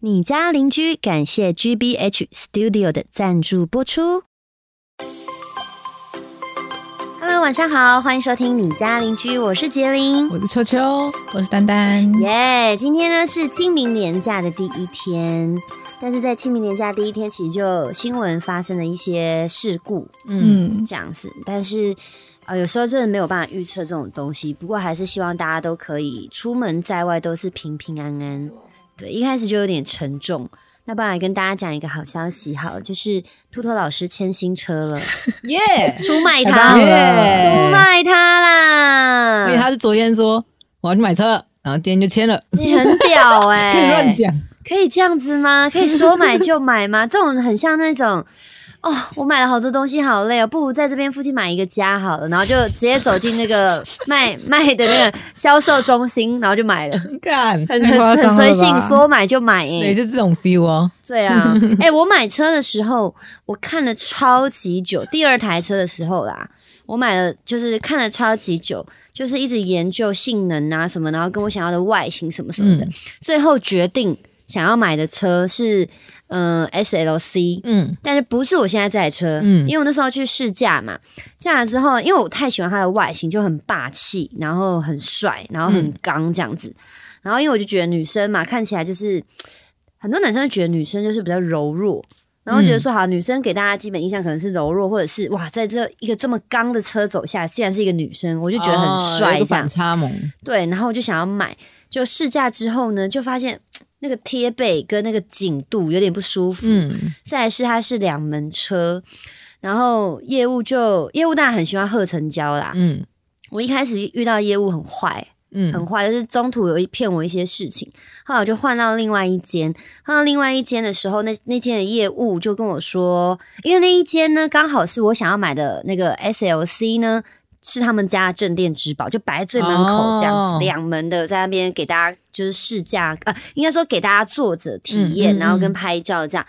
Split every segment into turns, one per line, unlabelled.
你家邻居感谢 GBH Studio 的赞助播出。Hello，晚上好，欢迎收听你家邻居，我是杰林。
我是秋秋，我是丹丹。
耶今天呢是清明年假的第一天，但是在清明年假第一天，其实就有新闻发生了一些事故，
嗯，
嗯，
这样子。但是呃，有时候真的没有办法预测这种东西。不过还是希望大家都可以出门在外都是平平安安。对，一开始就有点沉重。那不然来跟大家讲一个好消息，好了，就是秃头老师签新车了，
耶！
出卖
太
他，
棒了
出卖他啦！
因为他是昨天说我要去买车了，然后今天就签了，
你很屌哎、
可以乱讲。
可以这样子 吗？可以说买就买吗？这种很像那种。哦，我买了好多东西，好累哦，不如在这边附近买一个家好了，然后就直接走进那个 卖卖的那个销售中心，然后就买了，
干，
很
太夸
很
张了
很
吧
随性，说买就买耶、
对，就这种 feel 哦。
对啊，哎、我买车的时候，我看了超级久。第二台车的时候啦，我买了就是看了超级久，就是一直研究性能啊什么，然后跟我想要的外形什么什么的，
嗯
最后决定想要买的车是嗯、呃 SLC。
嗯
但是不是我现在这台车，
嗯
因为我那时候去试驾嘛，驾了之后，因为我太喜欢它的外形，就很霸气，然后很帅，然后很刚这样子。然后因为我就觉得女生嘛，看起来就是很多男生会觉得女生就是比较柔弱，然后觉得
嗯
说好，女生给大家基本印象可能是柔弱，或者是哇，在这一个这么刚的车走下，竟然是一个女生，我就觉得很
哦有
帅
一个
这样。
反差萌。
对，然后我就想要买，就试驾之后呢，就发现那个贴背跟那个紧度有点不舒服，
嗯，
再来是它是两门车，然后业务就业务大家很喜欢贺成交啦。
嗯
我一开始遇到业务很坏，很
嗯，
坏，就是中途有一骗我一些事情，后来我就换到另外一间，换到另外一间的时候，那那间的业务就跟我说，因为那一间呢刚好是我想要买的那个 SLC 呢。是他们家的镇店之宝，就摆在最门口这样
哦
子，两、门的在那边给大家就是试驾，呃，应该说给大家坐着体验，
嗯嗯
然后跟
嗯
拍照这样，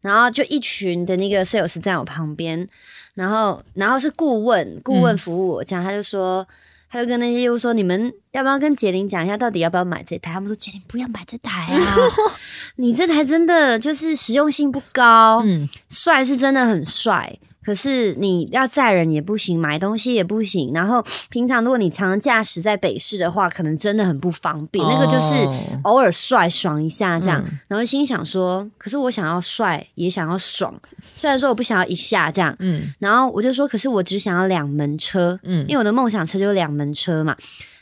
然后就一群的那个 sales 在我旁边，然后然后是顾问，顾
嗯
问服务我这样，他就说，他就跟那些业务说，你们要不要跟杰林讲一下，到底要不要买这台？他们说杰林不要买这台啊， 你这台真的就是实用性不高，
嗯
帅是真的很帅。可是你要载人也不行，买东西也不行。然后平常如果你常常驾驶在北市的话，可能真的很不方便。那个就是
哦
偶尔帅爽一下这样，
嗯
然后心想说，可是我想要帅，也想要爽，虽然说我不想要一下这样，
嗯
然后我就说，可是我只想要两门车，
嗯
因为我的梦想车就是两门车嘛，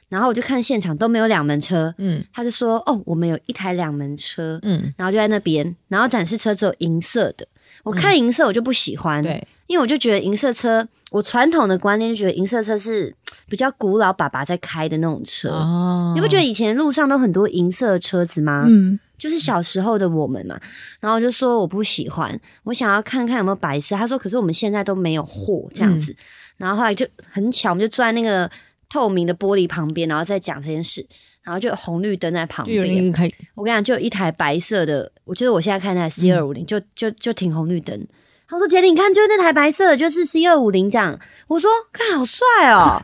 然后我就看现场都没有两门车，
嗯
他就说，哦，我们有一台两门车，
嗯，
然后就在那边，然后展示车只有银色的，我看银色我就不喜欢，
嗯对，
因为我就觉得银色车，我传统的观念就觉得银色车是比较古老爸爸在开的那种车。
哦
你不觉得以前路上都很多银色的车子吗？
嗯，
就是小时候的我们嘛。然后我就说我不喜欢，我想要看看有没有白色。他说，可是我们现在都没有货这样子。
嗯
然后后来就很巧，我们就坐在那个透明的玻璃旁边，然后再讲这件事。然后就有红绿灯在旁
就有
边，
人开
我跟你讲，就有一台白色的，我觉得我现在看那台 C 二五零，就就就停红绿灯。他说：“姐，你看，就是那台白色的，就是 C 二五零这样。”我说：“看，好帅哦。”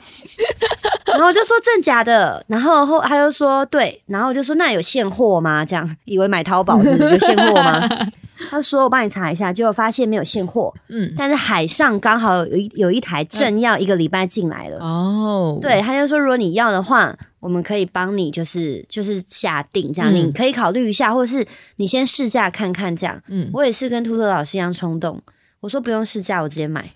然后我就说：“真假的？”然后后他就说：“对。”然后我就说：“那有现货吗？”这样以为买淘宝是不是有现货吗？ 他说：“我帮你查一下。”结果发现没有现货，
嗯
但是海上刚好有一有一台正要一个礼拜进来了。
哦，
对，他就说如果你要的话，我们可以帮你，就是就是下定这样，
嗯
你可以考虑一下，或是你先试驾看看这样。
嗯
我也是跟秃头老师一样冲动，我说不用试驾，我直接买。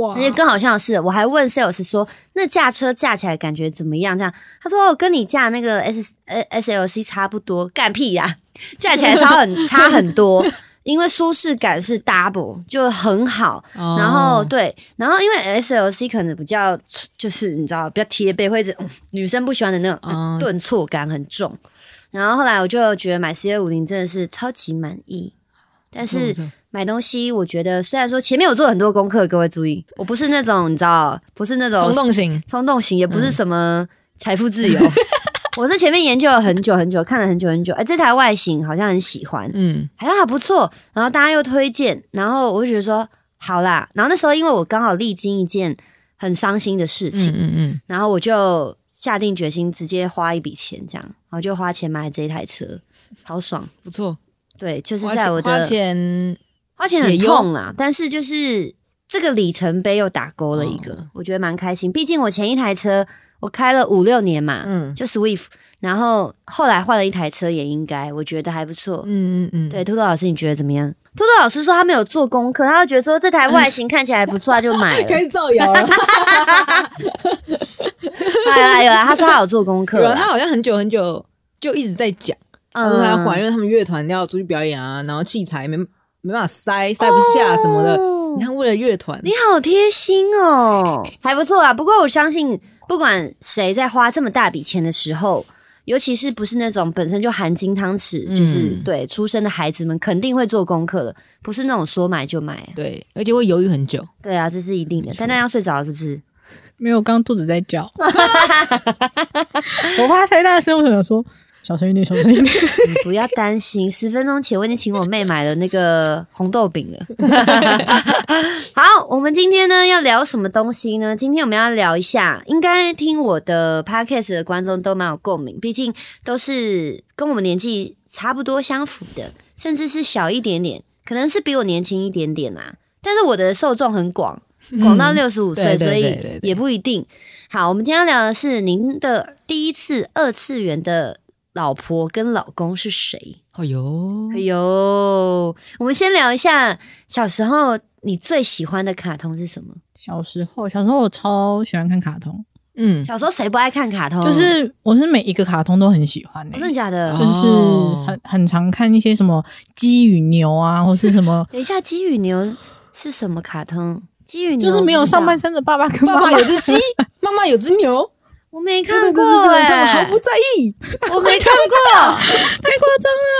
哇
而且更好笑的是，我还问 sales 说，那驾车驾起来感觉怎么样？这样，他说哦，跟你驾那个 S 呃 SLC 差不多，干屁呀、驾起来差很差很多。 因为舒适感是 double，就很好，
哦，
然后对，然后因为 SLC 可能比较就是你知道比较贴背，或者、嗯女生不喜欢的那种、嗯
哦
顿挫感很重。然后后来我就觉得买 C 二五零真的是超级满意，但
不错
是
不错
买东西我觉得虽然说前面有做很多功课，各位注意，我不是那种你知道，不是那种
冲动嗯型，
冲动型，也不是什么财富自由。 我是前面研究了很久很久，看了很久很久，哎，这台外形好像很喜欢，
嗯
好像还不错。然后大家又推荐，然后我就觉得说好啦。然后那时候因为我刚好历经一件很伤心的事
嗯
情，
嗯嗯，
然后我就下定决心直接花一笔钱，这样，然后就花钱买这台车，好爽。
不错，
对，就是在我的
花钱
花钱很
解忧
痛啊，但是就是这个里程碑又打勾了一个，
哦
我觉得蛮开心。毕竟我前一台车我开了五六年嘛，
嗯
就 Swift，然后后来换了一台车，也应该我觉得还不错。
嗯嗯嗯，
对，兔兔老师你觉得怎么样？兔兔老师说他没有做功课，他就觉得说这台外形看起来不错，他就 买了。
始造谣了。
哎呀， 有啦，他说他有做功课
有啊，
啦，
他好像很久很久就一直在讲，他说他要
嗯
还，因为他们乐团要出去表演啊，然后器材没没办法塞，塞不下什么的。
哦
你看，为了乐团，
你好贴心哦，还不错啊。不过我相信，不管谁在花这么大笔钱的时候，尤其是不是那种本身就含金汤匙，
嗯
就是对出生的孩子们，肯定会做功课的，不是那种说买就买。
对，而且会犹豫很久。
对啊，这是一定的。但那要睡着了是不是？
没有，刚刚肚子在叫，我怕太大声，我想说小声一点，小声一点。
你 不要担心，十分钟前我已经请我妹买了那个红豆饼了。好，我们今天呢要聊什么东西呢？今天我们要聊一下，应该听我的 podcast 的观众都蛮有共鸣，毕竟都是跟我们年纪差不多相符的，甚至是小一点点，可能是比我年轻一点点啊。但是我的受众很广，广到六十五岁，
嗯对对
所
对对
以
对
也不一定。好，我们今天要聊的是您的第一次二次元的老婆跟老公是谁？
哦哟
哎，呦，我们先聊一下小时候你最喜欢的卡通是什么？
小时候，小时候我超喜欢看卡通，
嗯，
小时候谁不爱看卡
嗯
通？
就是我是每一个卡通都很喜欢、
哦
欸，
真的假的？，
就是
哦
很很常看一些什么鸡与牛啊，或是什么
等一下，鸡与牛是什么卡通？鸡与牛
就是没有上半
身，
身的爸爸跟
爸
妈
爸
妈
有。只鸡，妈妈有只牛，
我没
对对
看
对
过
对对他们
哎、
毫不在意。
我没看过，
太夸张了！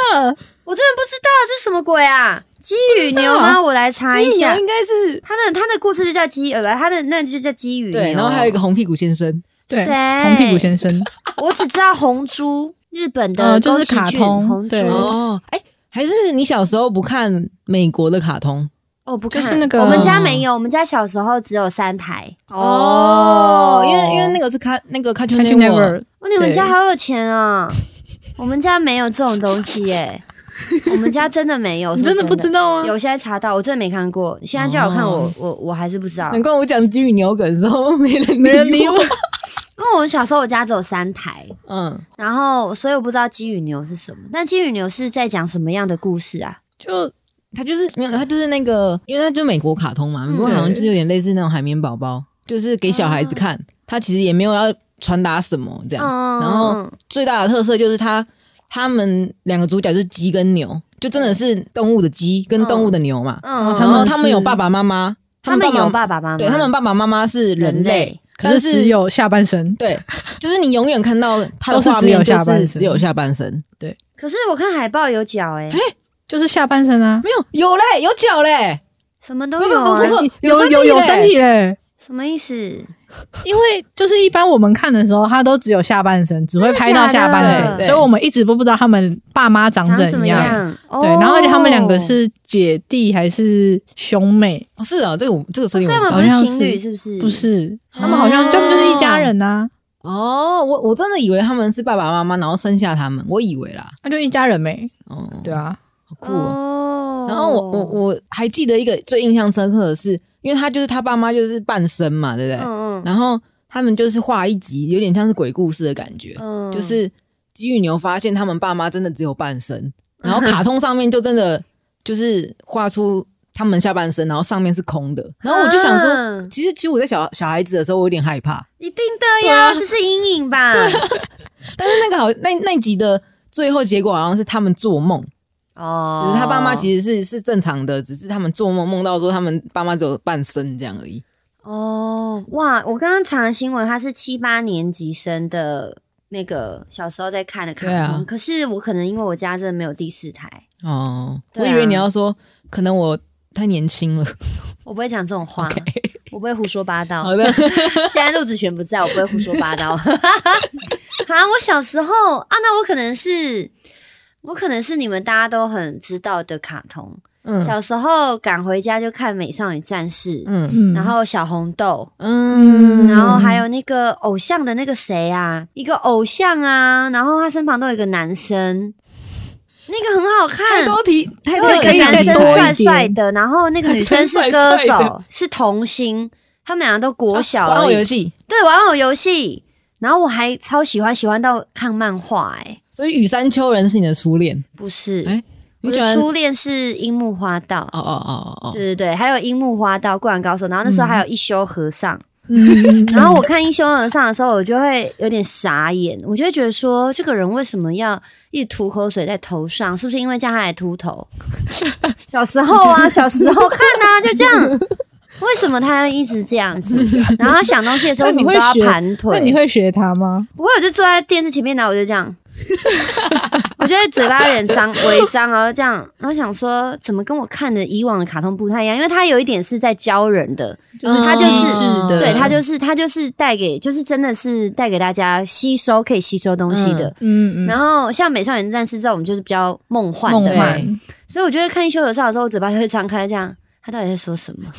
我真的不知道这是什么鬼啊！鸡与牛吗？我来查一
鸡啊牛
下。
应该是
他的他的故事就叫鸡，呃，不，他的那就叫鸡与牛。
对，然后还有一个红屁股先生，
对，
谁
红屁股先生，
我只知道红猪，日本的
呃就
宫
是
崎骏
卡通
红猪
对
哦，
哦，哎、还是你小时候不看美国的卡通？
哦不
就
看
是那个
我们家没有，我们家小时候只有三台
因为因为那个是卡那个 Cartoon
Cartoon
Network，
哦 Network
哦，你们
对
家好有钱啊！我们家没有这种东西耶、我们家真的没有，
你
说
真的不知道啊
有，
吗？
我现在查到，我真的没看过。你现在叫我看我，
哦
我我还是不知道，
难
因
怪我讲鸡与牛梗的时候没人
没人理我
我。，
为我小时候我家只有三台，
嗯，
然后所以我不知道鸡与牛是什么。但鸡与牛是在讲什么样的故事啊？
就
他就是没有，他就是那个，因为他就美国卡通嘛，美国好像就是有点类似那种海绵宝宝，就是给小孩子看，他其实也没有要传达什么这样。
嗯，
然后最大的特色就是他他们两个主角就是鸡跟牛，就真的是动物的鸡跟动物的牛嘛。
嗯，
然
们
后他们有爸爸妈妈，
他们有
爸
爸爸妈妈，
对他们爸爸妈妈是人
人
类
类，
可
但
是只有下半身，
对，就是你永远看到他的
都是
画
只有
面就
下半
是
身
只有下半身，
可是我看海报有脚哎、
就是下半身啊，
没有有嘞，有脚嘞，
什么都
不
有、
不不
啊
是，错有
有
身体
有有
嘞
身体嘞，
什么意思？
因为就是一般我们看的时候，他都只有下半身，只会拍到下半
真的假
身，
的
所以我们一直都不知道他们爸妈长
长什
怎
么
样。
样？哦
对，然后而且他们两个，是姐弟还是兄妹？
哦是啊，这个我这个设
所以
定
他
我
们
不
不
知
是
道
好像
情侣
哦是
是不是？
不，是，他们好像他们就是一家人啊呐、
哦，我我真的以为他们是爸爸妈妈，然后生下他们，我以为啦，
那啊就一家人呗。
哦，
对，啊，
好酷哦。
哦。
然后我我我还记得一个最印象深刻的是，因为他就是他爸妈就是半身嘛，对不对？
嗯
然后他们就是画一集，有点像是鬼故事的感觉，
嗯
就是鸡与牛发现他们爸妈真的只有 半身，然后卡通上面就真的 就是画出他们下半身，然后上面是空的。然后我就想说，
嗯
其实其实我在小小孩子的时候，我有点害怕，
一定的
啊
呀，这是阴影吧？
但是那个好 那那集的最后结果好像是他们做梦，
哦，
啊 就是他爸妈
实
其实是是正常的，只是他们做梦梦到说他们爸妈只有半身这样而已。
哦，哇！我刚刚查的新闻，他是七八年级生的那个小时候在看的卡
对啊
通，可是我可能因为我家真的没有第四台，
哦，
对
我
啊
以为你要说可能我太年轻了。
我不会讲这种话
OK，
我不会胡说八道
好。的，
现在陆子璇不在，我不会胡说八道。 啊，我小时候啊，那我可能是，我可能是你们大家都很知道的卡通。
嗯
小时候赶回家就看《美少女战士》
嗯
嗯，
然后小红豆，
嗯，
然后还有那个偶像的那个谁啊，一个偶像啊，然后他身旁都有一个男生。那那个很好看
太，多题，太多
那
可
个
以再
男
题
生
多一
帅
点
帅的，然后那个女生是歌
男 生帅哦帅
手，是童星，他们两个都国小
玩
而
偶啊游
已。
戏，
对，玩偶游戏，然后我还超喜欢，喜欢到看漫画。哎，
所以羽山丘人是你的初恋，
不是
哎，
我
你喜
的
欢
初恋是樱木花道。
哦哦哦哦哦，
对对对，还有樱木花道、灌篮高手，然后那时候还有一休和尚。
嗯，
然后我看一休和尚的时候，我就会有点傻眼，我就会觉得说，这个人为什么要一直吐口水在头上？是不是因为这样他还秃头？ 小时候 啊，小时候看啊，就这样。为什么他要一直这样子？然后他想东西的时候， 为什
那你
么
会
都要
学
盘腿？
那你会学他吗？
不会，我就坐在电视前面，然后我就这样， 我觉得嘴巴有点张，微张，然后这样，然后想说怎么跟我看的以往的卡通不太一样，因为它有一点是在教人的，
就是
他就是
嗯
对，它
就
就是它就是带给，就是真的是带给大家吸收可以吸收东西的。
嗯嗯，
然后像《美少女战士》这种就是比较梦幻
梦
的嘛，
幻，
所以我觉得看《一休和尚》的时候，我嘴巴就会张开，这样他到底在说什么？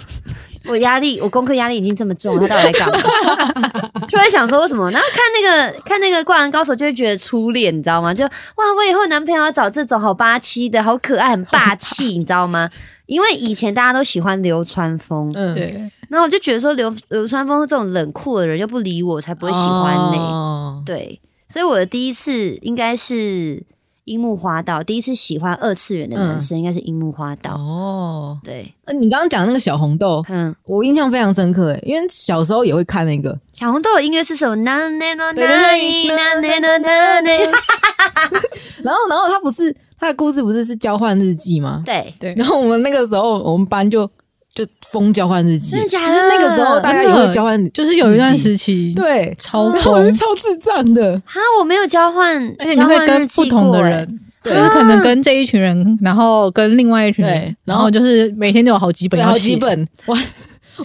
我压力，我功课压力已经这么重了，他到底在干嘛？ 就会想说为什么？然后看那个看那个《灌篮高手》，就会觉得初恋，你知道吗？就哇，我以后男朋友要找这种好霸气的、好可爱、很霸气，你知道吗？ 因为以前大家都喜欢流川枫，
嗯，
对，
然后我就觉得说流流川枫这种冷酷的人又不理我，才不会喜欢呢、
哦
对，所以我的第一次应该是樱木花道，第一次喜欢二次元的男生应该是樱木花道。
哦，
对，
呃你刚刚讲那个小红豆，
嗯，
我印象非常深刻，诶，欸因为小时候也会看那个，
小红豆的音乐是什么？那那那
对
那
对
那
对
那那那那，
然后然后他不是他的故事不是是交换日记吗？
对，
然后我们那个时候我们班就就疯交换日记，
真的假的
就是那个时候大家也
真
会
的
交换，
就是有一段时期，
对，
超
然后我就
疯，
超智障的，
哈，我没有交换，
而且你会跟不同的人，就
哎对啊
是可能跟这一群人，然后跟另外一群人
对，
然
然后
后就是每天都有好几本
对，
要
好
写
几，本，我还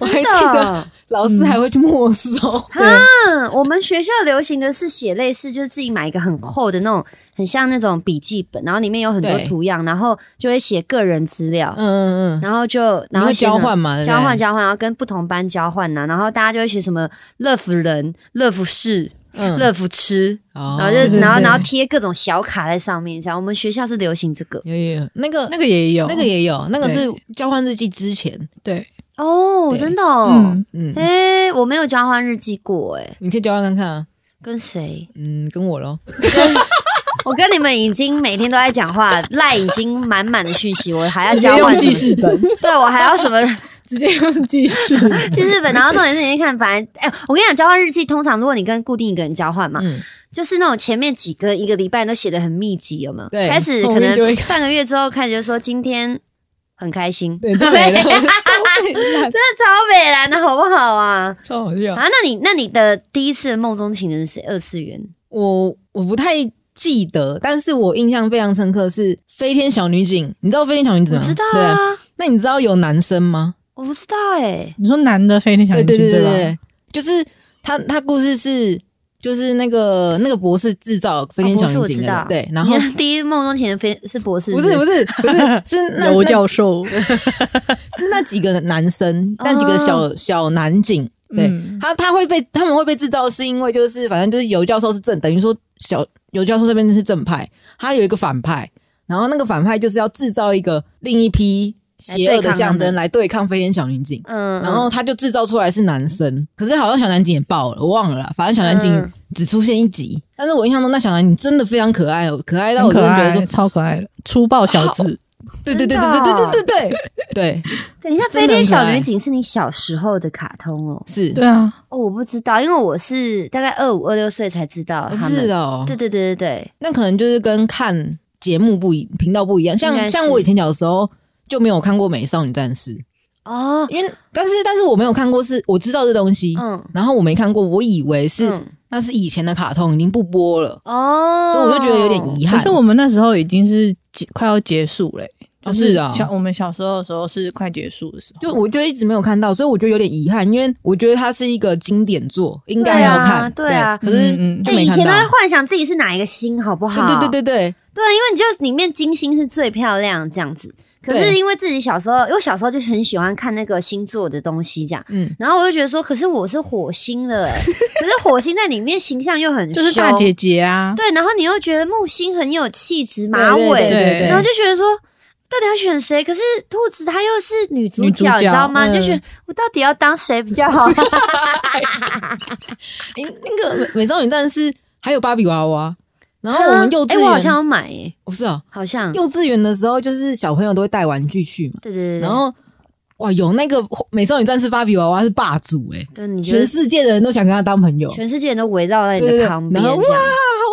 我还
交换日记过欸真的
记得老师还会去没收，
嗯，我们学校流行的是写类似，就是自己买一个很厚的那种，很像那种笔记本，然后里面有很多
对
图样，然后就会写个人资料，
嗯嗯嗯，
然后就然后
你会
写什
交
么
换嘛，对不对
交换，交换，然后跟不同班交换呐、然后大家就会写什么乐福人、乐福事、
嗯，哦
乐福吃，
然
然后
对
就
对
然后
对
然后贴各种小卡在上面，这样。我们学校是流行这个
有有有那个
那个也有，
那个也有，那个
对
是交换日记之前，
对，
哦，
对
真的哦
嗯，
嗯，，
哎、我没有交换日记过哎、
你可以交换看看啊，
跟谁？
嗯，跟我咯，
我跟你们已经每天都在讲话，赖已经满满的讯息，我还要
直接
交换什
用记
么？
事本，
对我还要什 么？
直接用记事本，
去日本，然后重点是你看，反正哎、我跟你讲，交换日记通常如果你跟固定一个人交换嘛，
嗯，
就是那种前面几个一个礼拜都写的很密集，有没有？
对
开始
后
可
面
能
就会
半个月之后开始就说今天很开心，
对， 就没了，
真的
真
超美然的好不好啊？
超好笑
啊，。那你那你的第一次的梦中情人是谁？二次元
我我不太记得，但是我印象非常深刻是《飞天小女警》，你知道《飞天小女警》
我
吗？
知道
对
啊，
那你知道有男生吗？
我不知道哎、
你说男的飞天小
对
女
对
警
对对
吧？
对，就是他他故事是就是那个那个博士制造飞天
哦
小
博士我
女
知
警的，
道
对，然后
你的第一梦中情人非是博士
不是不
是
是不是是那
尤
那
教授，
是那几个男生，那几个小小男警，对、
嗯，
他他会被他们会被制造，是因为就是反正就是尤教授是正，等于说小尤教授这边是正派，他有一个反派，然后那个反派就是要制造一个另一批邪恶的象征来对抗飞天小女警。
嗯
然后他就制造出来是男生，可是好像小男警也爆了，我忘了啦。反正小男
嗯
警只出现一集，但是我印象中那小男警真的非常可爱哦，可爱到
很
我真
可
的觉得
爱，
说，
超可爱的粗暴小子，
对对对
真的
对
哦
对对对对对，对
等一下，
真
飞
的
天
很可
小
爱
女警是你小时候的卡通哦。
是
对啊，
哦，我不知道，因为我是大概二五二六岁才知道他们。
是哦，
对对对对对，
那可能就是跟看节目不一频道不一样，
应该
像
是
像我以前小时候就没有看过《美少女战士》，
哦，
因为但是但是我没有看过是，我知道这东西，
嗯，
然后我没看过，我以为是、
嗯
那是以前的卡通已经不播了，
哦，
所以我就觉得有点遗
可
憾。
是我们那时候已经是结快要结束嘞，
哦是啊
小我们小时候的时候是快结束的时候，
就我就一直没有看到，所以我觉得有点遗憾，因为我觉得它是一个经典作，应该要看。
对啊
对可是
嗯嗯
就
哎、
没
以
看
前都
到
会。幻想自己是哪一个星，好不好？
对对对对对，
对，因为你就里面金星是最漂亮这样子。可
对
是因为自己小时候，因为我小时候就很喜欢看那个星座的东西，这样，
嗯，
然后我就觉得说，可是我是火星的、 欸，可是火星在里面形象又很
就是大
凶
姐姐啊，
对，然后你又觉得木星很有气质，马
对对
尾，
对对
对
然后就觉得说。到底要选谁？可是兔子她又是女主
女
角，
主角
你知道吗？
嗯
就选我到底要当谁比较好？
诶那个美美少女战士还有芭比娃娃， 然后我们幼稚
哎、
园，
我好像有买、欸，
不是哦，
好像，
幼稚园的时候就是小朋友都会带玩具去嘛，
对对对，
然后哇，有那个美少女战士芭比娃娃是霸主哎、
对，你觉
全
得
世界的人都想跟他当朋友，好
全世界人都围绕在你
对对
的
对
旁边，
然
这
后
样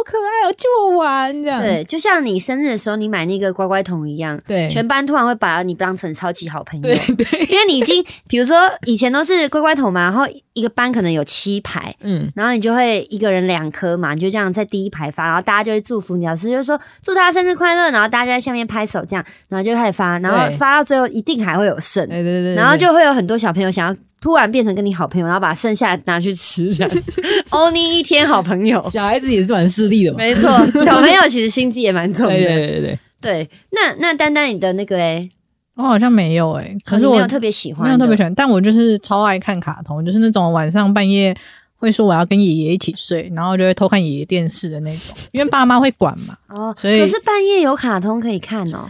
可爱哦，借我玩这样，
对，就像你生日的时候，你买那个乖乖桶一样，
对
全班突然会把你当成超级好朋友
对。对，
因为你已经， 比如说以前都是乖乖桶嘛，然后一个班可能有七排，
嗯，
然后你就会一个人两颗嘛，你就这样在第一排发，然后大家就会祝福你，老师就说祝他生日快乐，然后大家就在下面拍手这样，然后就开始发，然后
对
发到最后一定还会有剩，
对对对对，
然后就会有很多小朋友想要突然变成跟你好朋友，然后把剩下的拿去吃这样 ，only 一天好朋友
对。小孩子也是蛮势利的嘛，
没错，小朋友其实心机也蛮重的。
对对对对对，
对，那那丹丹你的那个嘞，
我好像没有哎，
哦
可是
你
我
没有特别喜欢，
没有特别喜。欢，但我就是超爱看卡通，就是那种晚上半夜会说我要跟爷爷一起睡，然后就会偷看爷爷电视的那种，因为爸妈会管嘛。
哦，
所以
可是半夜有卡通可以看哦。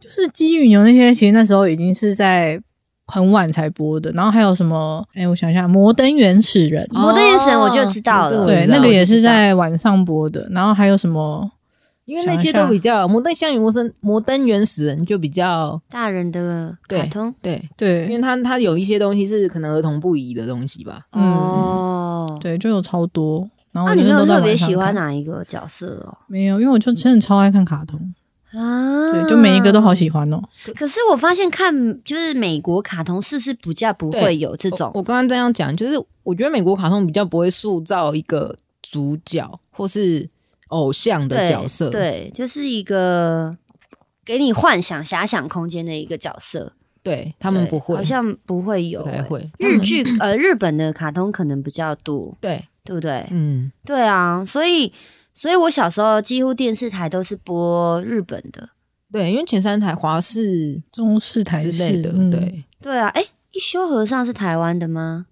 就是鸡与牛那些，其实那时候已经是在很晚才播的，然后还有什么？哎、我想一下，《摩登原始人》
摩登眼神我就知道了
哦这个我
对，
知道
那个也
我
是
知道
在晚上播的，然后还有什么？
因为那些都比较摩登像与魔神摩登原始人就比较
大人的卡通
对，因
对
为他他有一些东西是可能儿童不宜的东西吧。
嗯
哦。
对，就有超多。然后
那
啊
我
你没
就
有
是都在
特
晚
别
上
喜欢
看？
哪一个角色哦？
没有，因为我就真的超爱看卡通，
啊，
对，就每一个都好。喜欢
啊
哦。
可是我发现看就是美国卡通是不是比较不会有这种
我我刚刚这样讲，就是我觉得美国卡通比较不会塑造一个主角或是偶像的
对
角色，
对，就是一个给你幻想遐想空间的一个角色。
对
他
他们不会，
好像不会有、
不太
欸
会
日剧 呃，日本的卡通可能比较多，
对，
对不对？
嗯，
对啊，所以所以我小时候几乎电视台都是播日本的。
对，因为前三台华视
中式台
之
式
类的，
嗯、
对，
对啊，哎、一休和尚是台湾的吗？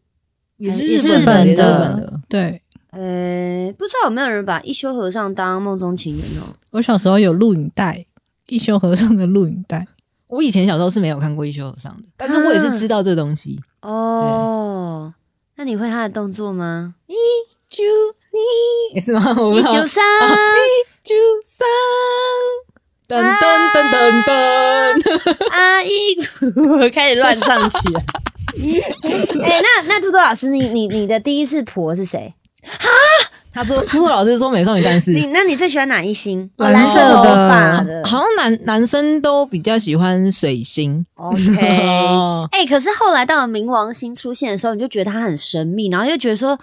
也是
也是
日
本
的，也是日
的
本的，
对。
呃，不知道有没有人把一休和尚当梦中情人哦？
我小时候有录影带，一休和尚的录影带，
我以前小时候是没有看过《一休和尚》的，但是我也是知道这东西。
哦，那你会他的动作吗？
就你也是吗？我不
一
知道
九三，
就上，噔噔噔噔
啊
噔，
阿姨开始乱唱起 来。哎、那那兔兔老师，你你你的第一次婆是谁？
他说， 他说老师说美少女战士，啊
你那你最喜欢哪一星？
哎
蓝
哦
色的
头发的。
好像男男生都比较喜欢水星。
OK。
哦
哎、可是后来到了冥王星出现的时候，你就觉得它很神秘，然后又觉得说，嘖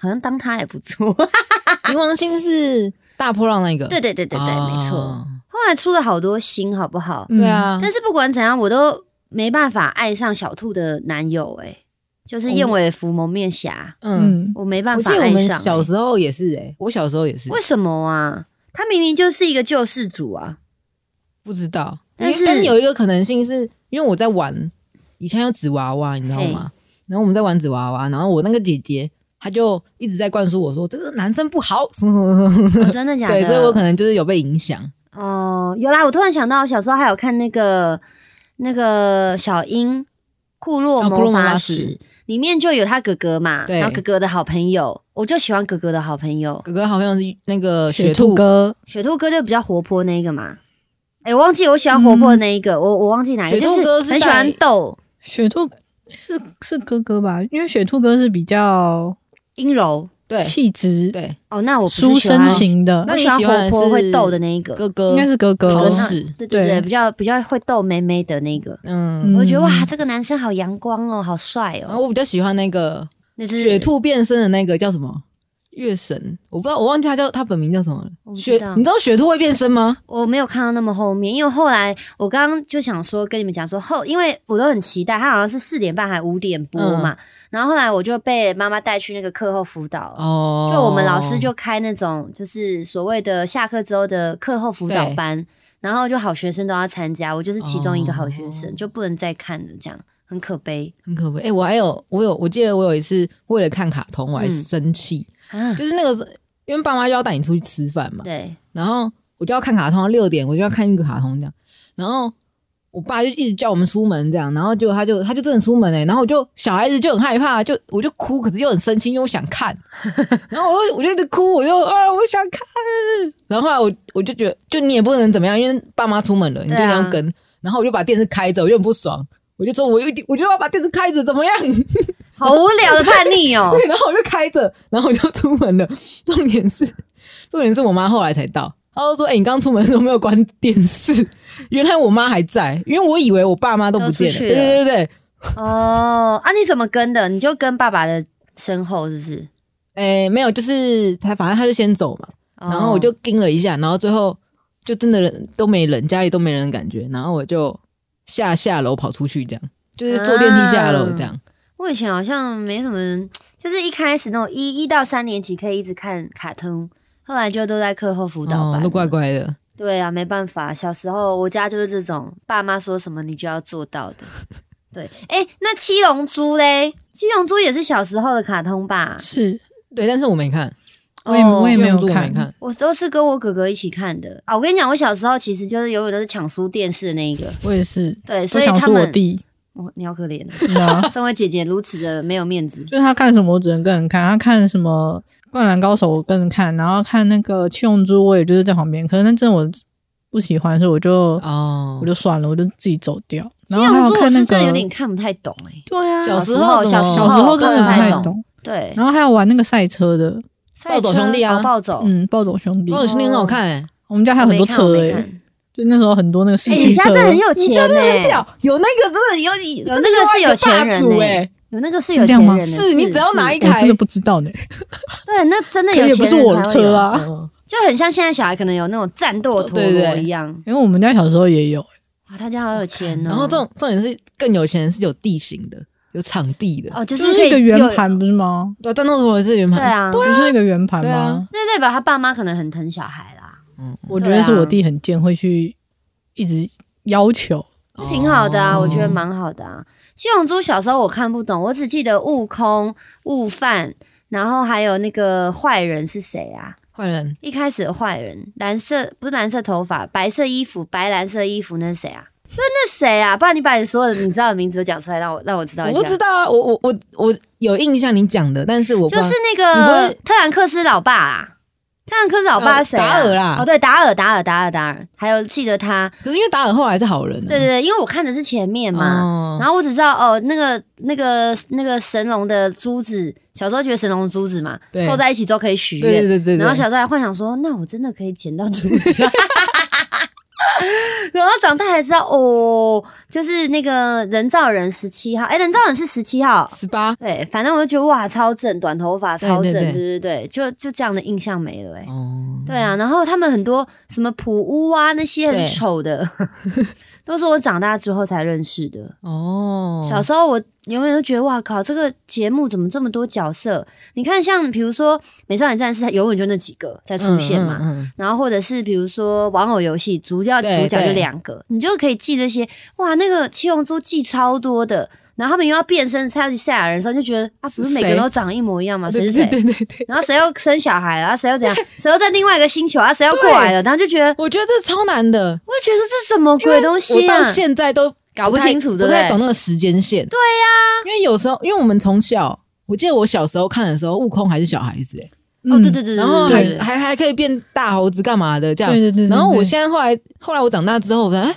好像当它也不错。
冥王星是大波浪那个，
对对对对对，
哦
没错。。后来出了好多星，好不好？
嗯
对啊，
但是不管怎样，我都没办法爱上小兔的男友、哎，就是燕尾服蒙面侠，
嗯，
嗯，
我没办
我
法
记得我
爱
们
上、
小
哎
时候也是诶，我小时候也是，
为什么啊？他明明就是一个救世主 啊！
不知道，
但
因为
是
但有一个可能性是，因为我在玩以前有纸娃娃，你知道吗？然后我们在玩纸娃娃，然后我那个姐姐她就一直在灌输我说这个男生不好，什么什么什么什
哦
么，
真的假的？
对，所以我可能就是有被影响。
哦，有啦，我突然想到，小时候还有看那个那个小樱库洛
哦库洛
魔
魔法
法
使
使，里面就有他哥哥嘛，
对
然后哥哥的好朋友，我就喜欢哥哥的好朋友，
哥哥好像是那个
雪
兔
兔，哥，
雪兔哥就比较活泼那一个嘛。哎、我忘记我喜欢活泼的那一个，我我忘记哪一个，
嗯雪
就
兔哥是
很喜欢
在
逗
雪兔是是哥哥吧？因为雪兔哥是比较
阴柔
对
气质、
对，
哦，那我不是
书
喜欢
生，型的，
我
那你
喜欢
喜欢
活泼
的是
会逗的那一个，
哥哥
应该是哥哦哥
哥
哥
是
那对对对，
对
比较比较会逗妹妹的那个，
嗯。
嗯
我就觉得哇，这个男生好阳光哦，好帅
然
哦，
后我比较喜欢那个
那是
雪兔变身的那个叫什么？月神，我不知道，我忘记他叫他本名叫什么
我
了。
不
雪
知道，
你知道雪兔会变身吗？
我没有看到那么后面，因为后来我刚刚就想说跟你们讲说后，因为我都很期待，他好像是四点半还五点播嘛，然后后来我就被妈妈带去那个课后辅导了。
哦，
就我们老师就开那种就是所谓的下课之后的课后辅导班，然后就好学生都要参加，我就是其中一个好学生，
哦
就不能再看了，这样很可悲
很可悲。哎、我还有，我有，我记得我有一次为了看卡通，我还
嗯
生气，
啊。
就是那个因为爸妈就要带你出去吃饭嘛，
对，
然后我就要看卡通，六点我就要看一个卡通这样，然后我爸就一直叫我们出门这样，然后结果他就他就真的出门哎、然后我就小孩子就很害怕，就我就哭，可是又很生气，因为我想 看，然后我就我就一直哭，我就啊我想看，然后后来我我就觉得就你也不能怎么样，因为爸妈出门了，你就
对
这
啊
样跟，然后我就把电视开着，我就很不爽。我就说，我一定，我就要把电视开着，怎么样？
好无聊的叛逆 哦、
对，然后我就开着，然后我就出门了。重点是，重点是我妈后来才到，她就说：“哎、你刚出门的时候没有关电视，原来我妈还在，因为我以为我爸妈都不
都
见了。”
出去
对
了
对对对，
哦，啊，你怎么跟的？你就跟爸爸的身后是不是？
哎、没有，就是他，反正他就先走嘛，
哦
然后我就盯了一下，然后最后就真的人都没人，家里都没人的感觉，然后我就下下楼跑出去，这样就是坐电梯下楼这
啊
样。
我以前好像没什么，就是一开始那种一一到三年级可以一直看卡通，后来就都在课后辅导
哦
班，
都
了。
怪怪的，
对啊，没办法，小时候我家就是这种，爸妈说什么你就要做到的。 对，哎、那七龙珠嘞？七龙珠也是小时候的卡通吧？
是
对，但是我没看，
我也我也没有
因为我没
看
看，
我都是跟我哥哥一起看的啊！我跟你讲，我小时候其实就是永远都是抢书电视的那一个，
我也是，
对，
我
所以
想
他
说我
们，
弟，
我你好可怜啊，
你知道吗
身为姐姐如此的没有面子，
就是他看什么我只能跟人看，他看什么《灌篮高手》我跟人看，然后看那个《七龙珠》我也就是在旁边，可是那阵我不喜欢，所以我就、
哦
我，就算了，我就自己走掉。
七
然后还
龙
有
珠我
看那
是真
个
的有点看不太懂哎、
对啊，
小
小
时候
小
怎么
时
小
候
时候真的
不
不太
太
懂。
对，
然后还有玩那个赛车的，
赛车
暴走兄弟啊
哦暴走，
嗯，暴走兄弟，
我有兄弟很好看哎、
我们家还有
我没
很多
看我
车欸
没
诶、
看。
就那时候很多那个四
哎、
驱
你家
车，
真的很有钱、欸，
屌，有那个真的有
有那个是有钱人欸呢、
哎，
有那个是
是
有
这
钱
样吗
人的，
是你只要拿一
我
台
真的，不知道呢、
对，那真的
可
有
也
钱
不
人
是
才
我的
会
车
有，
哎
嗯
啊，
就很像现在小孩可能有那种战斗陀
对对
螺
对
一样。
因为我们家小时候也有，
哇，他家好有钱哦！
然后重重点是更有钱人是有地形的，有场地的，
哦，就
欸就是是
可
一
以
个圆
有，
盘不是吗？
对，战斗陀螺是圆
对
盘，，
啊，
不是一个圆盘
对
吗
啊？
那代表他爸妈可能很疼小孩啦，
我觉得
啊
是我弟很贱，会去一直要求。
那挺好的啊，
哦
我觉得蛮好的啊。七龙珠小时候我看不懂，我只记得悟空、悟饭，然后还有那个坏人是谁啊？
坏人
一开始的坏人，蓝色不是蓝色头发，白色衣服，白蓝色衣服，那是谁啊？就那谁啊？不然你把你所有的你知道的名字都讲出来，让我让我知道一下。
我不知道啊，我我我我有印象你讲的，但是我不知
就
道
是那
你不
个
会
特兰克斯老爸啊，特兰克斯老爸是谁、啊
呃达尔啦
哦，对，达尔，达尔，达尔，达尔，还有记得他，
可是因为达尔后来是好人啊，
对对对，因为我看的是前面嘛。
哦
然后我只知道哦，那个、那个、那个神龙的珠子，小时候觉得神龙的珠子嘛，
对
凑在一起之后可以许愿。
对对对对，对
然后小时候还幻想说，那我真的可以捡到珠子。 然后长大才知道，哦，就是那个人造人十七号，哎，人造人是十七号，
十八，
对，反正我就觉得哇，超正，短头发
对
超正，
对
对对
对
对，就就这样的印象没了哎、欸
哦，
对啊，然后他们很多什么普乌啊，那些很
对
丑的， 都是我长大之后才认识的。
哦，
小时候我永远都觉得哇靠，这个节目怎么这么多角色？你看，像比如说《美少女战士》，永远就那几个在出现嘛。
嗯，嗯嗯
然后或者是比如说玩偶游戏，主角
对
主角就
对
两个，你就可以记这些。哇，那个七龙珠记超多的，然后他们又要变身超级赛亚人的时候，就觉得啊，不是每个人
谁
都长一模一样吗？谁
对
是
对
谁？
对对对，
然后谁又生小孩了？啊谁又怎样？ 谁又在另外一个星球啊？谁又过来了？然后就觉得，
我觉得这超难的，
我就觉得这什么鬼东西
我
啊
到？现在都
搞不
太
清楚，对
不
对
太？懂那个时间线。对呀、因为有时候，因为我们从小，我记得我小时候看的时候，悟空还是小孩子、欸，
哦，
嗯
对对对对
然后还
对对对，
还还可以变大猴子干嘛的这样。
对对对对对
然后我现在后来后来我长大之后，我发现，哎、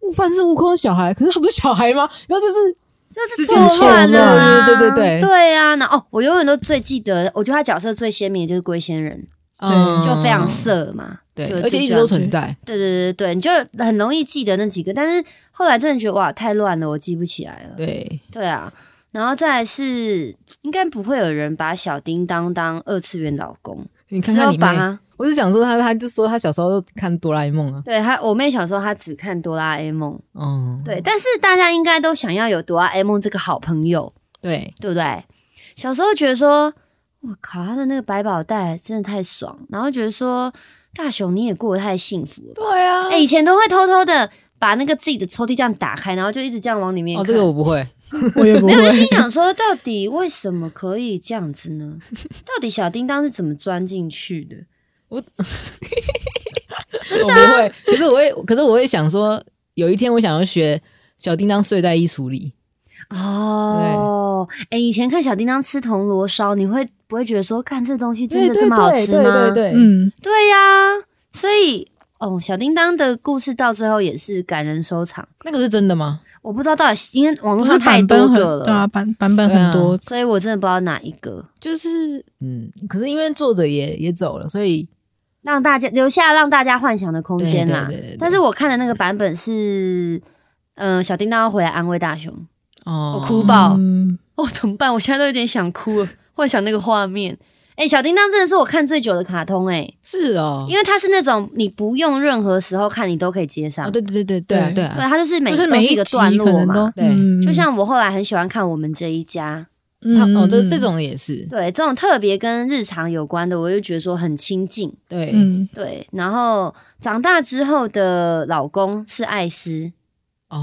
悟饭是悟空的小孩，可是他不是小孩吗？ 然后就是
就是
时
错
间错
乱了啊！
乱对对对对
对啊！那哦，我永远都最记得，我觉得他角色最鲜明的就是龟仙人，
嗯，
就非常色嘛，
对
就，
而且一
就
直
这样
都存在。
对对对对，你就很容易记得那几个，但是后来真的觉得哇太乱了，我记不起来了。
对，
对啊，然后再来是应该不会有人把小叮当当二次元老公，
你看
只
看
有
你
把
妹，
他
我是想说他，他就说他小时候看哆啦 A 梦啊，
对他我妹小时候她只看哆啦 A 梦，
嗯，
对，但是大家应该都想要有哆啦 A 梦这个好朋友，
对，
对不对？小时候觉得说，我靠，他的那个百宝袋真的太爽，然后觉得说，大雄你也过得太幸福了吧。
对啊
哎、以前都会偷偷的把那个自己的抽屉这样打开，然后就一直这样往里面看。
哦，这个我不会，
我也 不
没
会
有，。就心想说，到底为什么可以这样子呢？到底小叮当是怎么钻进去的？
我不会，可是我会，可是我会想说，有一天我想要学小叮当睡在衣橱里，
哦，哎、以前看小叮当吃铜锣烧，你会不会觉得说，看这东西真的
对
这么好吃吗？
对对对，嗯，
嗯，
对呀、所以哦，小叮当的故事到最后也是感人收场。
那个是真的吗？
我不知道到底是因为网
不
络
是
上太
版
多
本很
个了，
对啊，版版本很多。
所以我真的不知道哪一个
就是嗯，可是因为作者也也走了，所以
让大家留下让大家幻想的空间啦。
对对对对对
但是我看的那个版本是，嗯、小叮当要回来安慰大雄，
哦，
我哭爆。
嗯，
哦，怎么办？我现在都有点想哭了，幻想那个画面。哎、小叮当真的是我看最久的卡通哎、
是哦，
因为它是那种你不用任何时候看你都可以接上，
哦，对对对对对啊
对
对
对，
啊，
它就是每
就是
都
每
是一
一
个
集
段
可
落
能
嘛
都，
对
嗯
就像我后来很喜欢看《我们这一家
他哦，这
嗯
这种也是》，
对这种特别跟日常有关的，我就觉得说很亲近。
对，
嗯，
对，然后长大之后的老公是艾斯，
哦，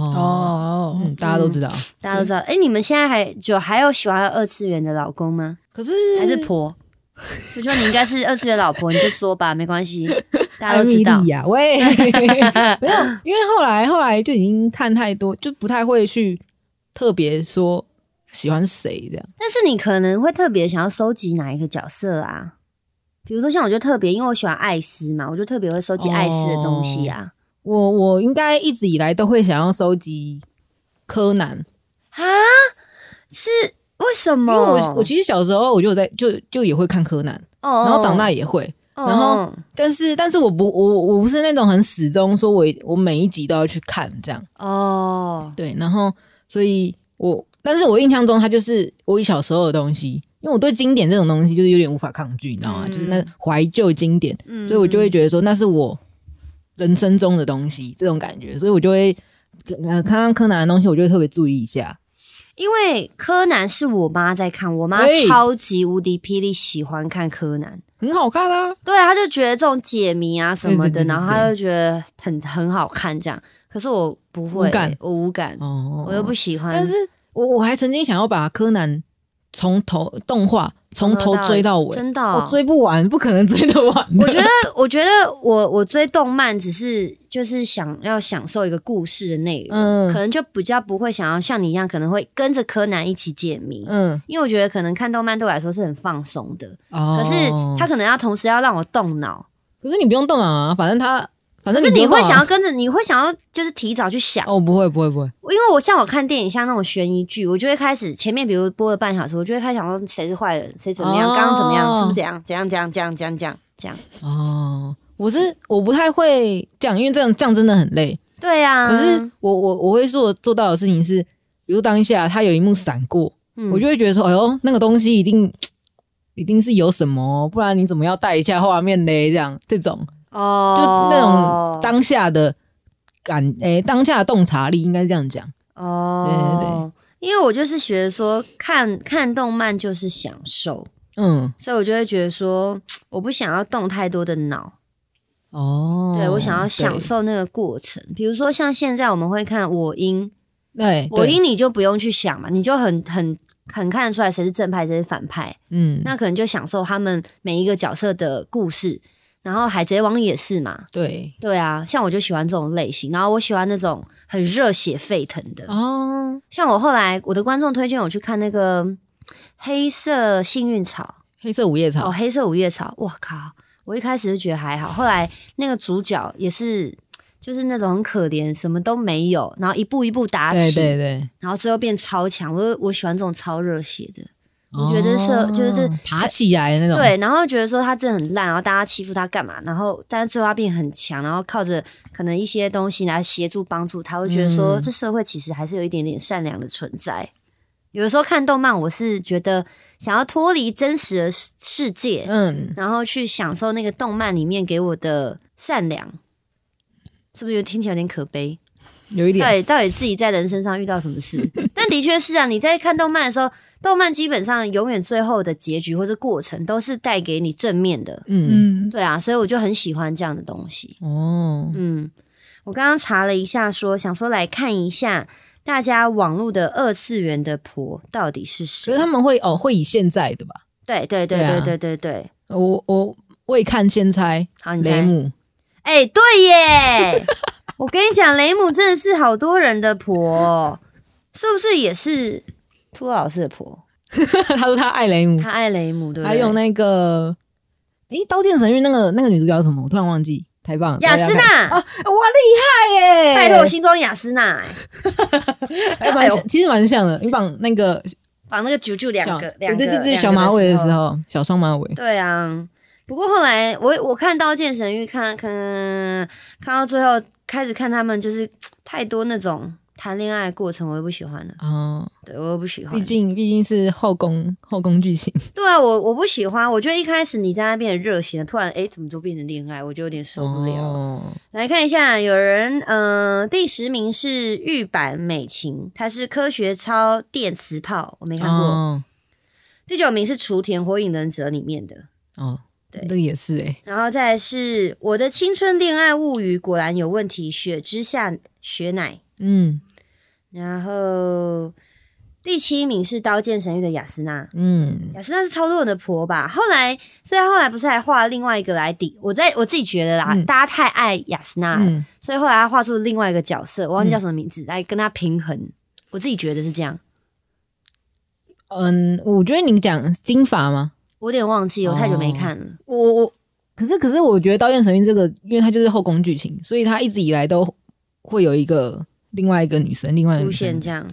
哦，
嗯，大家都知道，
大家都知
嗯
道。哎、你们现在还就还有喜欢二次元的老公吗？
可是
还是婆？所以说你应该是二次元老婆，你就说 吧，没关系，大家
艾
都知
米
道
莉。啊 呀，喂，没有，因为后来后来就已经看太多，就不太会去特别说喜欢谁这样。
但是你可能会特别想要收集哪一个角色啊？比如说像我就特别，因为我喜欢艾斯嘛，我就特别会收集艾斯的东西
哦
啊。
我我应该一直以来都会想要收集柯南，
啊？是为什
因
么？
为我我其实小时候我就有在就就也会看柯南，
哦
然后长大，也会，
哦
然后
哦
但是但是我不我我不是那种很始终说我我每一集都要去看这样，
哦，
对，然后所以我但是我印象中它就是我小时候的东西，因为我对经典这种东西就是有点无法抗拒，你知道吗？
嗯
就是那怀旧经典，
嗯
所以我就会觉得说那是我人生中的东西，这种感觉，所以我就会呃看到柯南的东西，我就会特别注意一下。
因为柯南是我妈在看，我妈
哎
超级无敌霹雳喜欢看柯南，
很好看啊，
对，她就觉得这种解谜啊什么的，
对对对对
然后她就觉得很很好看这样。可是我不会、
无感
我无感，
哦
我又不，喜欢。
但是我我还曾经想要把柯南从头动画从头追到尾，
真的哦、
我追不完，不可能追得完的。
我觉得，我觉得我我追动漫只是就是想要享受一个故事的内容，
嗯
可能就比较不会想要像你一样，可能会跟着柯南一起解谜。
嗯，
因为我觉得可能看动漫对我来说是很放松的，
哦
可是它可能要同时要让我动脑，
可是你不用动脑啊，反正他反正
就你
不
会
用
想
动脑
要跟着，你会想要就是提早去想，
哦，不会不会不会，
因为我像我看电影，像那种悬疑剧，我就会开始前面比如播了半小时，我就会开始想说谁是坏人，谁怎么样，
哦
刚刚怎么样，是不是怎样，怎样怎样怎样怎样怎样怎样，
哦，我是我不太会这样，因为这样这样真的很累。
对啊呀、
可是我我我会做做到的事情是，比如当下他有一幕闪过，
嗯
我就会觉得说，哎呦，那个东西一定一定是有什么，不然你怎么要带一下画面嘞？这样这种
哦
就那种当下的感，诶、当下的洞察力应该是这样讲。
哦，因为我就是学得说看看动漫就是享受，
嗯，
所以我就会觉得说我不想要动太多的脑，
哦，
对我想要享受那个过程。比如说像现在我们会看我音，
对。对，
我
对
音你就不用去想嘛，你就很很很看得出来谁是正派谁是反派，
嗯，
那可能就享受他们每一个角色的故事。然后海贼王也是嘛，
对，
对啊，像我就喜欢这种类型，然后我喜欢那种很热血沸腾的，
哦，
像我后来我的观众推荐我去看那个嗯黑色幸运草
黑色午夜
哦，
草，
黑色五叶草，我靠！我一开始是觉得还好，后来那个主角也是就是那种很可怜，什么都没有，然后一步一步打
对
起，
对对，
然后最后变超强。我我喜欢这种超热血的，我觉得这是就是这
哦爬起来的那种，
对，然后觉得说他真的很烂，然后大家欺负他干嘛？然后但是最后他变很强，然后靠着可能一些东西来协助帮助他，会觉得说
嗯
这社会其实还是有一点点善良的存在。有的时候看动漫，我是觉得想要脱离真实的世世界，
嗯，
然后去享受那个动漫里面给我的善良，是不是有听起来有点可悲？
有一
到
点，
底到底自己在人身上遇到什么 事？但的确是啊，你在看动漫的时候，动漫基本上永远最后的结局或者过程都是带给你正面的，
嗯，
嗯，
对啊，所以我就很喜欢这样的东西。
哦，
嗯，我刚刚查了一下说想说来看一下大家网络的二次元的婆到底是
可是
谁
他。们会哦，会以现在的吧？
对对对
对啊
对对对对，
我我未看先猜，
好，你
雷
猜。
姆，
哎、对耶！ 我跟你讲，雷姆真的是好多人的婆哦，是不是也是秃老师的婆？
他说他爱雷姆，
他爱雷姆，对不对？
还有嗯那个，诶，《刀剑神域》那个那个女主角叫什么？我突然忘记，太棒了，
雅
大家
诗
看，
娜，
哇，厉害耶！
拜托，我心中雅诗娜、哎
还
哎
蛮
呦
像，其实蛮像的。你绑那个
绑那个九九两
小
个，
对
两个
对对对，
两个
小马尾的
的
时，候，小双马尾，
对啊。不过后来我我看《刀剑神域》，看看看到最后，开始看他们就是太多那种谈恋爱的过程，我又不喜欢了，
哦，
对我又不喜欢
毕。竟毕竟是后宫后宫剧情，
对啊，我我不喜欢。我觉得一开始你在那边很热情的，突然诶怎么就变成恋爱，我就有点受不了了。
哦
来看一下，有人呃，第十名是玉版美琴，她是科学超电磁炮，我没看过。
哦
第九名是雏田《火影忍者》里面的，
哦，
对
这个也是哎，
然后再来是我的青春恋爱物语果然有问题，雪之下雪乃，
嗯
然后第七名是刀剑神域的雅斯娜。
嗯，
雅诗娜是超多人的婆吧？ 后来，所以她后来不是还画了另外一个来抵？我在我自己觉得啦，
嗯
大家太爱雅诗娜了，
嗯
所以后来她画出另外一个角色，我忘记叫什么名字，来跟她平衡。我自己觉得是这样，
嗯，我觉得你讲金发吗？
我有点忘记，我太久没
哦
看了。
我我可是可是我觉得《刀剑神域》这个，因为它就是后宫剧情，所以它一直以来都会有一个另外一个女生，另外一个
出
女生
现这样。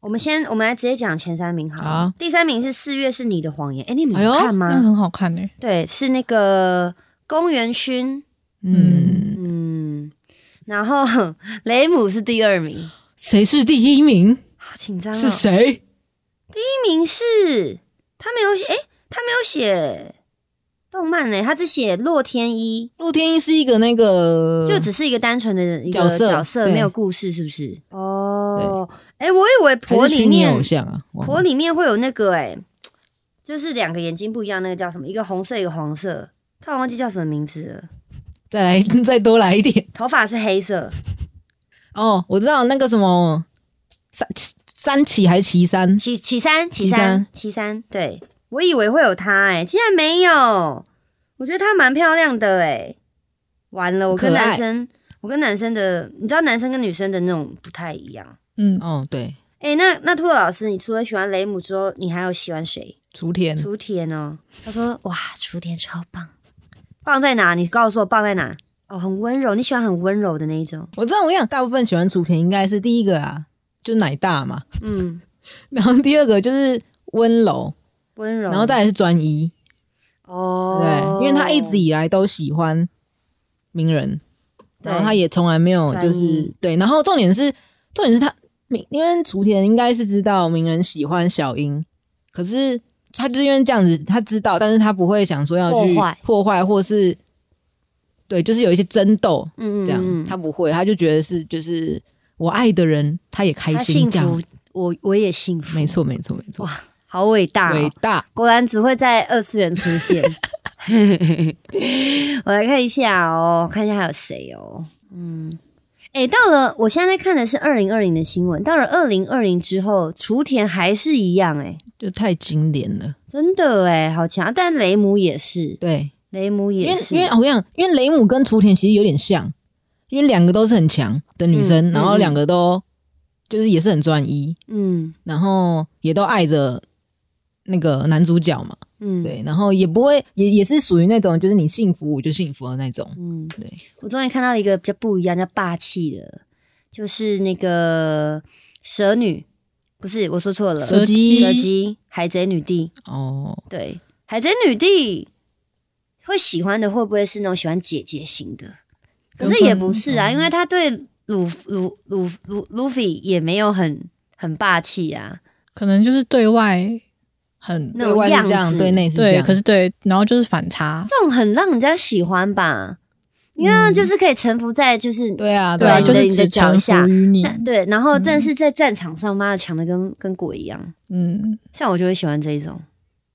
我们先，我们来直接讲前三名好了。
好
第三名是《四月是你的谎言》，哎，你们
哎
有
呦
看吗？
那很好看欸呢。
对，是那个宫原勋，
嗯，
嗯，然后 雷姆是第二名，
谁是第一名？
好紧张哦。
是谁？
第一名是他没有写，哎，他没有写动漫呢、他只写洛天依，
陆天一是一个那个，
就只是一个单纯的一个
呃角色
角色
对
没有故事，是不是？哦，哎，我以为
还
婆
是
里
虚拟
面
偶像啊，忘
婆
了
里面会有那个哎、就是两个眼睛不一样，那个叫什么？一个红色，一个黄色。突然忘记叫什么名字了。
再来 再多来一点
头发是黑色，
哦，我知道那个什么三三起还是岐山，
齐齐三，齐
齐
三
三，
齐三。对，我以为会有她哎、竟然没有。我觉得她蛮漂亮的哎、完了，我跟
可爱
男生，我跟男生的，你知道男生跟女生的那种不太一样。
嗯，
哦对，
哎、那那兔老师，你除了喜欢雷姆之后，你还有喜欢谁？
雏田
雏田哦，他说哇，雏田超棒，棒在哪？你告诉我棒在哪？哦，很温柔，你喜欢很温柔的那一种，
我知道，我跟你讲，大部分喜欢雏田应该是第一个啊，就是奶大嘛，
嗯，
然后第二个就是温柔，
温柔，
然后再来是专一，
哦，
对，因为他一直以来都喜欢鸣人，
对
然后他也从来没有
专
就
一
是对，然后重点是重点是他鸣，因为雏田应该是知道鸣人喜欢小樱，可是他就是因为这样子，他知道，但是他不会想说要去
破坏
破坏或是对，就是有一些争斗
嗯
这样，
嗯嗯
他不会，他就觉得是就是我爱的人他也开
他
心
幸
这样
福，，我我也幸福，
没，错没错没错，
好伟大、
伟
哦，
大，
果然只会在二次元出现。 我来看一下哦，看一下还有谁哦，嗯。哎、到了，我现在在看的是二零二零的新闻。到了二零二零之后，雏田还是一样哎、
就太经典了，
真的哎，好强！但雷姆也是，
对。
雷姆
因
也
为
是，
因为哦我跟你讲，因为雷姆跟雏田其实有点像，因为两个都是很强的女生，
嗯
然后两个都就是也是很专一，
嗯
然后也都爱着那个男主角嘛，
嗯，
对，然后也不会也也是属于那种就是你幸福我就幸福的那种，
嗯，
对，
我终于看到一个比较不一样、叫霸气的，就是那个蛇女，不是我说错了，
蛇姬
蛇姬，海贼女帝，
哦，
对，海贼女帝会喜欢的会不会是那种喜欢姐姐型的？可是也不是啊，因为她对鲁鲁鲁鲁鲁菲也没有很很霸气啊，
可能就是对外很
那
对
种
外
样
是这样，
子
对内是这
对，
样。
可是对，然后就是反差，
这种很让人家喜欢吧？因为
嗯
就是可以臣服在就是
对啊，
对
啊，
啊，
你
就
的
是
你的
只
脚
臣服
下
于你，
但对，然后但是在战场上，妈的强的跟跟鬼一样。
嗯，
像我就会喜欢这一种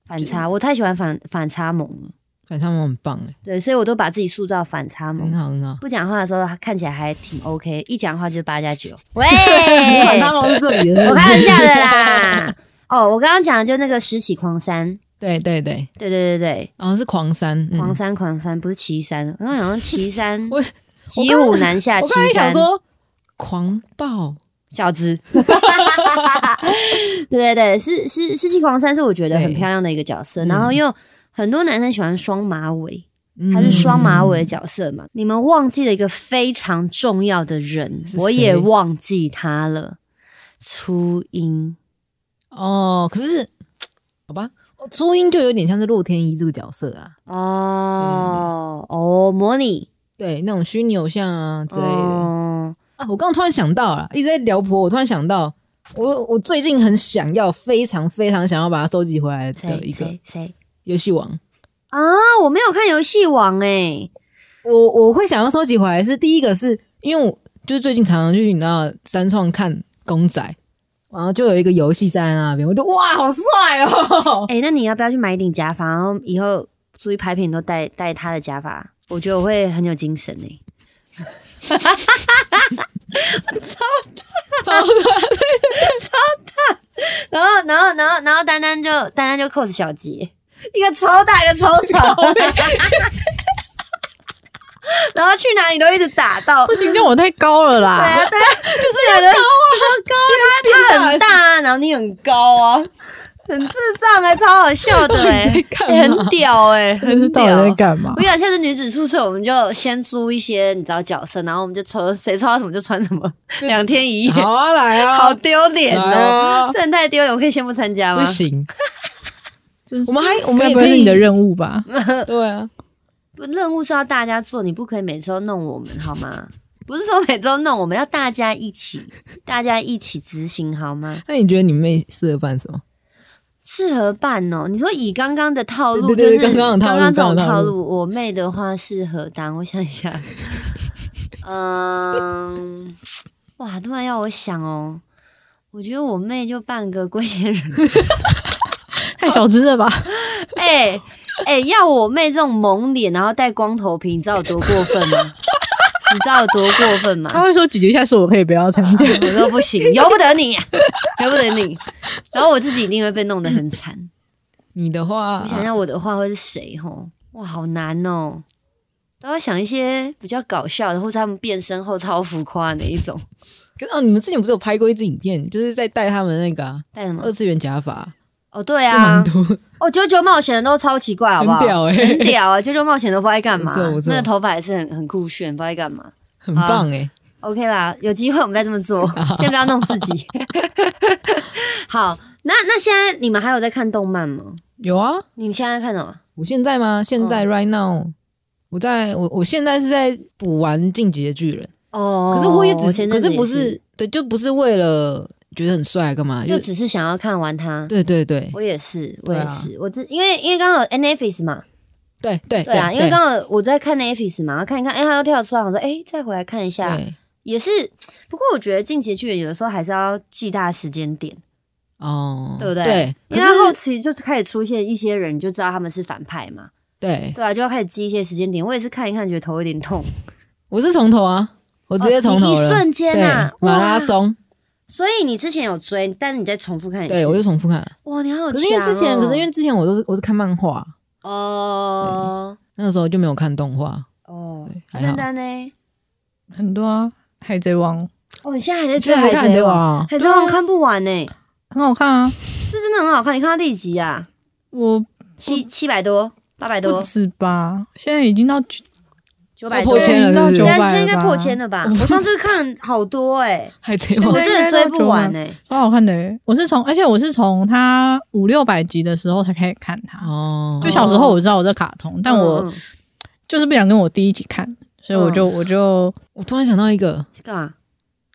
反差，我太喜欢反反差萌了。
反差萌很棒哎，
对，所以我都把自己塑造反差
很
萌。
好很好。
不讲话的时候看起来还挺 OK，一讲话就是八加 九。喂，
你反差萌是这里的，是不是
我开玩笑的啦。 哦，我刚刚讲的就那个拾起狂山，
对对对，
对对对
然后是狂山，
对，
嗯
狂山狂山不是岐山，我刚刚讲的岐山
我，
骑虎难下
我
岐
刚才想
山。
说狂暴，
小 资，对对对，是是是气狂三是我觉得很
对
漂亮的一个角色，
嗯
然后又很多男生喜欢双马尾，
嗯
他是双马尾的角色嘛？你们忘记了一个非常重要的人
是，谁
我也忘记他了，初音。
哦，可是好吧，初音就有点像是洛天依这个角色啊，
哦哦，模拟
对，那种虚拟偶像啊嗯之类的。
哦
啊，我刚刚突然想到了，一直在聊婆，我突然想到，我我最近很想要，非常非常想要把它收集回来的
谁
一个
谁谁
游戏王。
啊？我没有看游戏王哎、
欸我我会想要收集回来是第一个是因为我就是最近常常去你知道三创看公仔，然后就有一个游戏在那边，我就哇好帅哦！
哎、那你要不要去买一顶假发，然后以后出去拍片都戴戴他的假发？我觉得我会很有精神呢、
超帅
然后，然后，然后，然后丹丹就丹丹就 cos 小杰，一个超大，一个超小， 然后去哪里都一直打到。
不行，这样我太高了
对
啦，
啊，对啊，就是人高啊，高啊，他他很大啊，然后你很高啊，很智障哎、超好笑的 哎、
你在干嘛
欸很屌哎、
这
很
是到底
屌
在。干嘛
我？想下次女子宿舍，我们就先租一些你知道角色，然后我们就抽谁抽到什么就穿什么，两天一夜，
好啊，来啊，
好丢脸
来
哦！
啊，
这人太丢脸，我可以先不参加吗
不？行，
这是
我们还我们
该
也
不
可
会是
以
你的任务吧？
对啊，
不任务是要大家做，你不可以每周弄我们好吗？不是说每周弄我们，要大家一起，大家一起执行好吗？
那你觉得你妹适合扮什么？
适合办哦。你说以刚刚的套路，
对对对
就是
刚刚的套路
刚这种
刚刚的
套
套路
路，我妹的话适合当，我想一 下，嗯，哇，突然要我想哦，我觉得我妹就扮个龟仙人。
太小资了吧？
哎、哎、要我妹这种萌脸，然后戴光头皮，你知道有多过分 吗？你知道有多过分
他
吗？
会说姐姐，下次我可以不要参加。
我说不行，由不得你、由不得你。然后我自己一定会被弄得很惨。
你的话
我，想想我的话会是谁？吼，哇，好难哦。都要想一些比较搞笑的，或者他们变身后超浮夸的那一 种。
可是哦，你们之前不是有拍过一支影片，就是在戴他们那个啊
戴什么
二？次元假发，
呃哦，对
就
啊
蛮，多的。
哦，九九冒险人都超奇怪，好不好？
很屌欸
很屌啊！九九冒险都不知道在干嘛
不错不，错
那个头发也是很很酷炫，不知道在干嘛。
很棒哎、
OK 啦，有机会我们再这么 做，先不要弄自己。 好，那那现在你们还有在看动漫吗？
有啊，
你现在在看什么？
我现在吗？现
嗯
在 right now，、我在我我现在是在补完《进击的巨人》
哦
可是我也只
前阵
可
子
是
也
不是对，就不是为了觉得很帅干嘛，
就
就
只是想要看完它。
对对对
我也是，我
对啊
也是，我只因为因为刚好哎 Netflix 嘛，
对对
对啊，因为刚好我在看 Netflix 嘛，然后看一看，哎、它又跳出来，我说哎、再回来看一下，
对
也是。不过我觉得《进击的巨人》有的时候还是要记大时间点，
哦，
对不对
对，
因为它后期就开始出现一些人，你就知道他们是反派嘛，
对，
对啊，就要开始记一些时间点。我也是看一看，觉得头有点痛。
我是从头啊，我直接从头
哦
了，
你一瞬间啊，
对马拉
哇。
松，
所以你之前有追，但是你再重复看一次。
对我就重复看。
哇，你好有
可
哎强哦、
是因为之前，可是因为之前我都是我是看漫画，
哦
那个时候就没有看动画。
哦，
还好
丹丹呢？
很多啊，《海贼王》
哦，你现在还在
你现
追
在还看
海贼王？
王？
海贼王看不完呢、
很好看啊，
是真的很好看。你看到第几集啊？
我
七七百多，八百
不
多，
止吧，现在已经到九
九百
破
多。
千了
到
是不
九
是
现
百
在现在应该
了吧
破千了吧？我上次看好多哎、
海贼
对
我
王
对
真的追不完哎、
超好看的欸。我是从，而且我是从他五六百集的时候才开始看他。
哦，
就小时候我知道我这卡通，但我
嗯嗯
就是不想跟我弟一起看，所以我就我就
我突然想到一个
干嘛？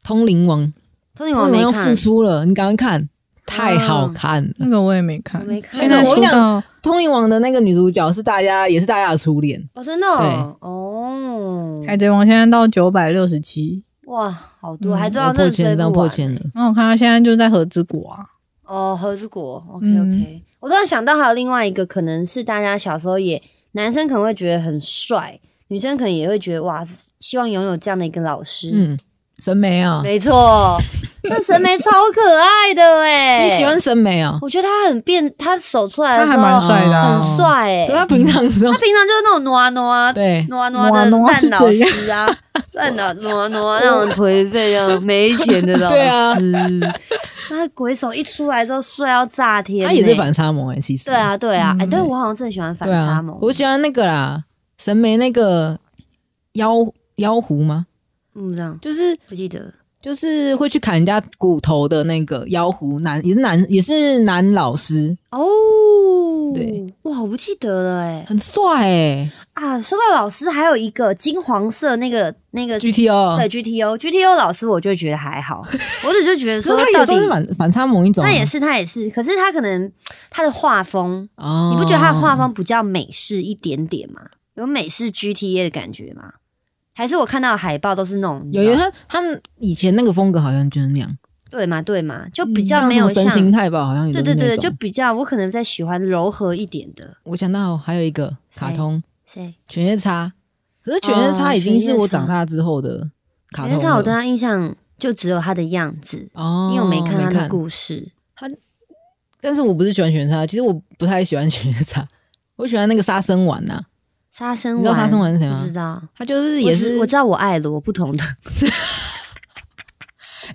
通灵王，
通灵
通
王
灵王
没
要
看
复，出了，你赶快看！太好看了。
嗯
那个我也没看，
我没看
现在
我
出
跟你
到
通灵王的那个女主角是大家也是大家的初恋，
哦，真的哦，哦
海贼王现在到九百六十七，
哇，好多，
嗯
还知
要
道
破
那
千，
谁
要
不
破
玩
千了。
然后我看他现在就在和之国啊，
哦，和之国，OK
嗯
OK，、我突然想到还有另外一个，可能是大家小时候也男生可能会觉得很帅，女生可能也会觉得哇，希望拥有这样的一个老师。
嗯，神眉啊，
没错，那神眉超可爱 的哎、
你喜欢？神眉啊？
我觉得他很变，他手出来
他
的
还
时
蛮
候
帅的、啊，
很帅哎、
可是他平常的 时候
他，平常就是那种挪啊挪啊
对，
挪啊挪啊的
挪啊挪啊
烂
是
老
怎样
师 啊，烂老挪啊挪啊那种颓废、这样没钱的老
对啊
师。那鬼手一出来之后帅到炸天、欸
他也是。反差萌哎，其实
对，啊，对啊，哎、
嗯
对我好像真的喜欢反
对
差
啊
萌。，
我喜欢那个啦，神眉那个妖妖狐吗？
嗯，这样
就是
不记得。
就是会去砍人家骨头的那个妖狐男，也是男也是男老师，
哦，
对，
哇，我不记得了哎、
很帅哎
啊，说到老师，还有一个金黄色那个那个
，G T O，
对 GTO GTO 老师，我就觉得还好，我只是觉得
可
说
是他有
到
时候是
底。
反反差萌一种啊，
他也是，他也是，可是他可能他的画风，
哦，
你不觉得他的画风比较美式一点点吗？有美式 GTA 的感觉吗？还是我看到的海报都是那种
有有他他们以前那个风格好像就是那样，
对嘛对嘛，就比
像
较没
什
有
么
像
神形态吧，好像也
对
都
对
是那
对，
种
就比较我可能在喜欢柔和一点的。
我想到还有一个卡通《
谁？哦
犬夜叉》，可是《犬夜叉》已经是我长大之后的卡
袁
通
绍我对
了。
他印象就只有他的样子，
哦，
因为我没看他的
看，
故事。
但是我不是喜欢犬夜叉，其实我不太喜欢犬夜叉， 我喜欢那个杀生丸呐、
杀生丸，
你知道杀生丸是谁吗
不知道，
他就是
我
也
只
是
我知道我爱罗不同的，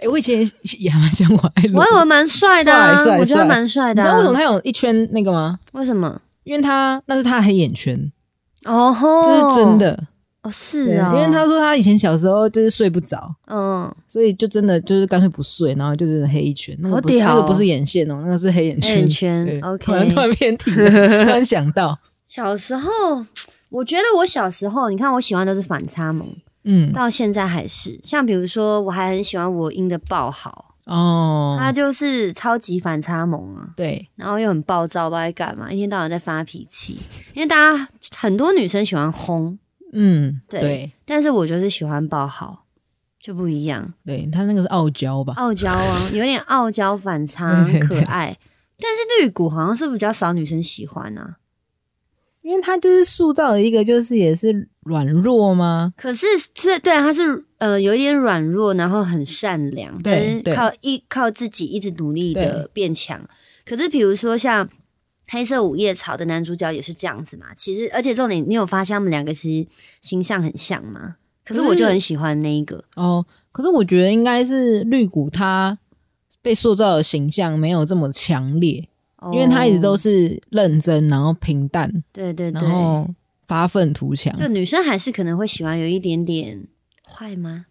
哎、我以前也也还蛮喜欢我爱
我
罗
爱，罗蛮帅的啊
帅帅，
我觉得
帅
他蛮帅
你
的
知
啊。
道为什么他有一圈那个吗？
为什么？
因为他那是他的黑眼圈，
哦吼，
这是真的。
哦，是啊，
因为他说他以前小时候就是睡不着，
嗯，
所以就真的就是干脆不睡，然后就是黑一圈。那个
好
不
屌
那个不是眼线哦，那个是黑眼圈。
黑眼圈
对
OK
突然突然偏题了，突然想到，
小时候。我觉得我小时候，你看我喜欢都是反差萌，
嗯，
到现在还是像比如说，我还很喜欢我音的爆好，
哦，
他就是超级反差萌啊。
对，
然后又很暴躁，不知道在干嘛，一天到晚在发脾气。因为大家很多女生喜欢轰，
嗯，
对
对
但是我就是喜欢爆好，就不一样。
对，他那个是傲娇吧？
傲娇啊，有点傲娇反差，
对
很可爱。但是绿谷好像是比较少女生喜欢啊。
因为他就是塑造了一个就是也是软弱吗？
可是对对，她是呃有一点软弱，然后很善良，但
对
是靠一靠自己一直努力的
对
变强。可是比如说像《黑色午夜草》的男主角也是这样子嘛，其实而且重点，你有发现他们两个其实形象很像吗？可是
可是
我就很喜欢那一个，
哦，可是我觉得应该是绿谷他被塑造的形象没有这么强烈，因为他一直都
哦
是认真，然后平淡，
对对对
然，后发愤图强。
就女生还是可能会喜欢有一点点坏吗？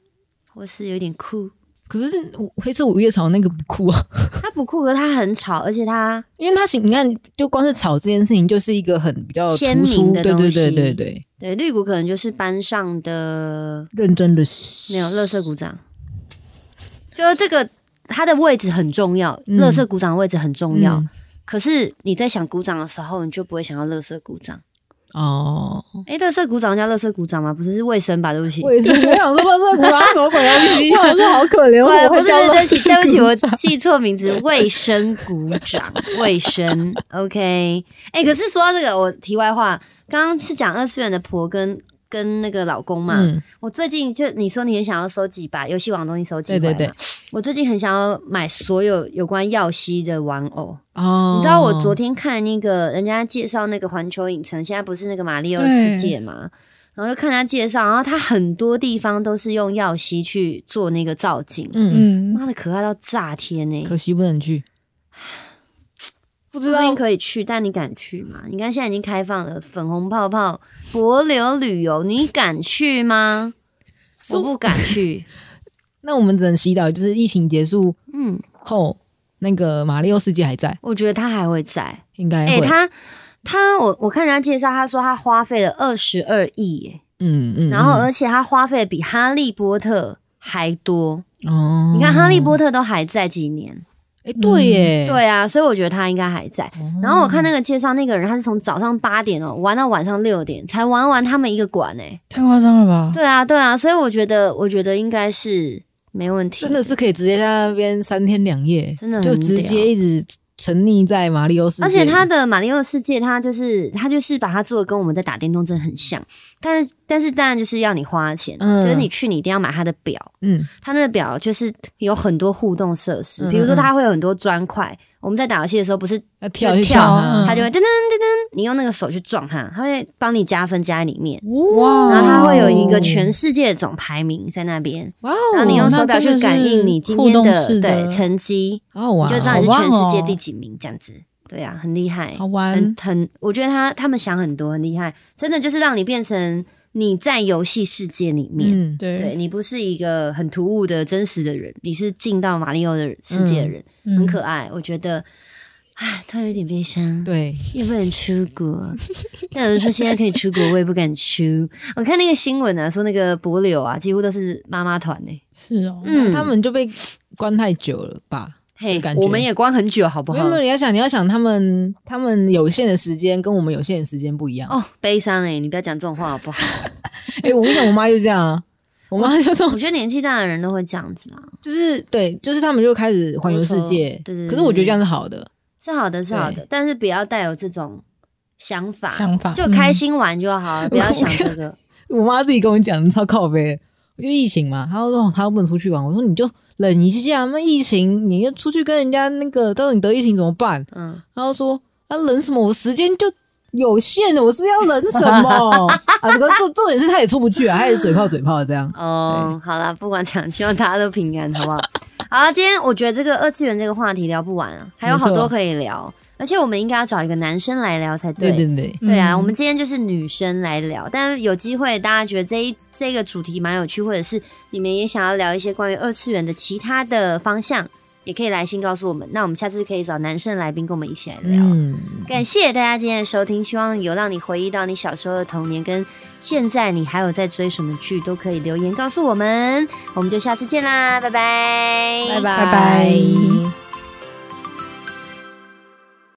或是有点酷？
可是我黑色五叶草那个不酷啊，
他不酷，可是他很吵，而且他
因为他形你看，就光是草这件事情就是一个很比较
鲜
突
明
出，
的
对
东
对
西
对对对，
对绿谷可能就是班上的
认真的
没有，乐色鼓掌，就是这个它的位置很重要，
嗯
乐色鼓掌的位置很重要。
嗯
可是你在想鼓掌的时候，你就不会想要乐色鼓掌。
哦，
诶，乐色鼓掌叫乐色鼓掌吗？不是，是卫生吧？对不起，
我 也是，我想说乐色鼓掌是什么鬼东 西？
我说好可 怜，
对，
我
不
会
是，
叫
对
垃
不起，
圾
对不起，
狗
我记错名字，卫生鼓掌，卫生，OK。哎、可是说到这个，我题外话，刚刚是讲二次元的婆跟跟那个老公嘛，
嗯，
我最近就你说你很想要收集把游戏王的东西收集
对
回来
对
嘛，
对，
我最近很想要买所有有关耀西的玩偶。
哦，
你知道我昨天看那个人家介绍那个环球影城，现在不是那个马里奥世界嘛？然后就看他介绍，然后他很多地方都是用耀西去做那个造景，
嗯，
嗯，
妈的可爱到炸天呢、
可惜不 能去，不知
说不
道
定可以去，但你敢去吗？你看现在已经开放了粉红泡泡、柏流旅游，你敢去吗？我
说
不敢 去。
那我们只能祈祷，就是疫情结束
嗯，
后，那个马里奥世界还在，
我觉得他还会在。
应该
哎、
会，
他他我我看人家介绍，他说他花费了二十二亿耶。
嗯嗯，
然后呃
嗯
而且它花费比《哈利波特》还多。
哦，
你看《哈利波特》都还在几年，
哎、哎，对哦耶，，
对啊，所以我觉得他应该还在。然后我看那个介绍，那个人他是从早上八点哦、玩到晚上六点，才玩完他们一个馆哎、
太夸张了吧？
对啊，对啊，所以我觉得，我觉得应该是没问题。
真的是可以直接在那边三天两夜，
真的很
就直
屌
接一直沉溺在马里奥世界。
而且他的马里奥世界，他就是他就是把它做的跟我们在打电动真的很像，但是但是当然就是要你花钱，
嗯
就是你去你一定要买他的表，
嗯，
他那个表就是有很多互动设施，
嗯
比如说
嗯
它会有很多砖块，我们在打游戏的时候不是
要跳
就
去
跳
它
它
嗯
就会噔噔噔噔，你用那个手去撞它，它会帮你加分加在里面，
哇
然后它会有一个全世界的总排名在那边，
哇哦，
然后你用
那
手表
真的
去感
是
应你今
互
天
动
的
式的
对成绩，
好好玩
你
哦，
就知道你是
好棒
全世界
哦
第几名这样子。对啊，很厉害，
好
很
玩，
很，我觉得他他们想很多，很厉害，真的就是让你变成你在游戏世界里面，
嗯，
对
对，
你不是一个很突兀的真实的人，你是进到马里奥的世界的人，
嗯
很可爱。我觉得，唉，突然有点悲伤，
对，
又不能出国。但有人说现在可以出国，我也不敢出。我看那个新闻啊，说那个柏柳啊，几乎都是妈妈团呢。
是哦，
嗯，
他们就被关太久了吧？
嘿
感，觉
我们也关很久，好不
没
好
有？没有，你要想，你要想，他们他们有限的时间跟我们有限的时间不一样。
哦，悲伤哎，你不要讲这种话好不好？
哎，我跟你讲，我妈就这样啊，我妈就说
我觉得年纪大的人都会这样子啊。
就是对，就是他们就开始环游世界
没错。对对对
可是我觉得这样是好的，
是好的，是好的，但是不要带有这种想法，
想法
就开心玩就好了， 不要想这个。
嗯我妈自己跟我讲，超靠背。我就疫情嘛，她说、哦、她又不能出去玩，我说你就忍一下，那疫情你就出去跟人家那个，到时候你得疫情怎么办？
嗯，
然后说啊，忍什么？我时间就有限的，我是要忍什么？ 啊，这个重重点是她也出不去啊，她也嘴炮嘴炮这样。
哦，好啦，不管怎 样，希望大家都平安，好不好？ 好啦，今天我觉得这个二次元这个话题聊不完啊，还有好
没
多
错
可以聊，而且我们应该要找一个男生来聊才
对对对，
嗯
对啊，我们今天就是女生来聊，但有机会大家觉得这一这个主题蛮有趣，或者是你们也想要聊一些关于二次元的其他的方向，也可以来信告诉我们。那我们下次可以找男生来宾跟我们一起来聊。
嗯，
感谢大家今天的收听，希望有让你回忆到你小时候的童年，跟现在你还有在追什么剧，都可以留言告诉我们。我们就下次见啦，拜拜，
拜拜
拜拜